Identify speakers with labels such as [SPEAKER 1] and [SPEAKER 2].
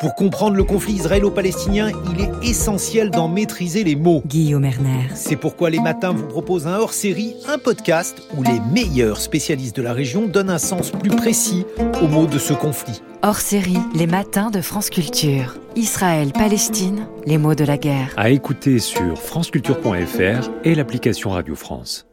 [SPEAKER 1] Pour comprendre le conflit israélo-palestinien, il est essentiel d'en maîtriser les mots.
[SPEAKER 2] Guillaume Erner.
[SPEAKER 1] C'est pourquoi les matins vous proposent un hors-série, un podcast où les meilleurs spécialistes de la région donnent un sens plus précis aux mots de ce conflit.
[SPEAKER 2] Hors série, les matins de France Culture. Israël, Palestine, les mots de la guerre.
[SPEAKER 3] À écouter sur franceculture.fr et l'application Radio France.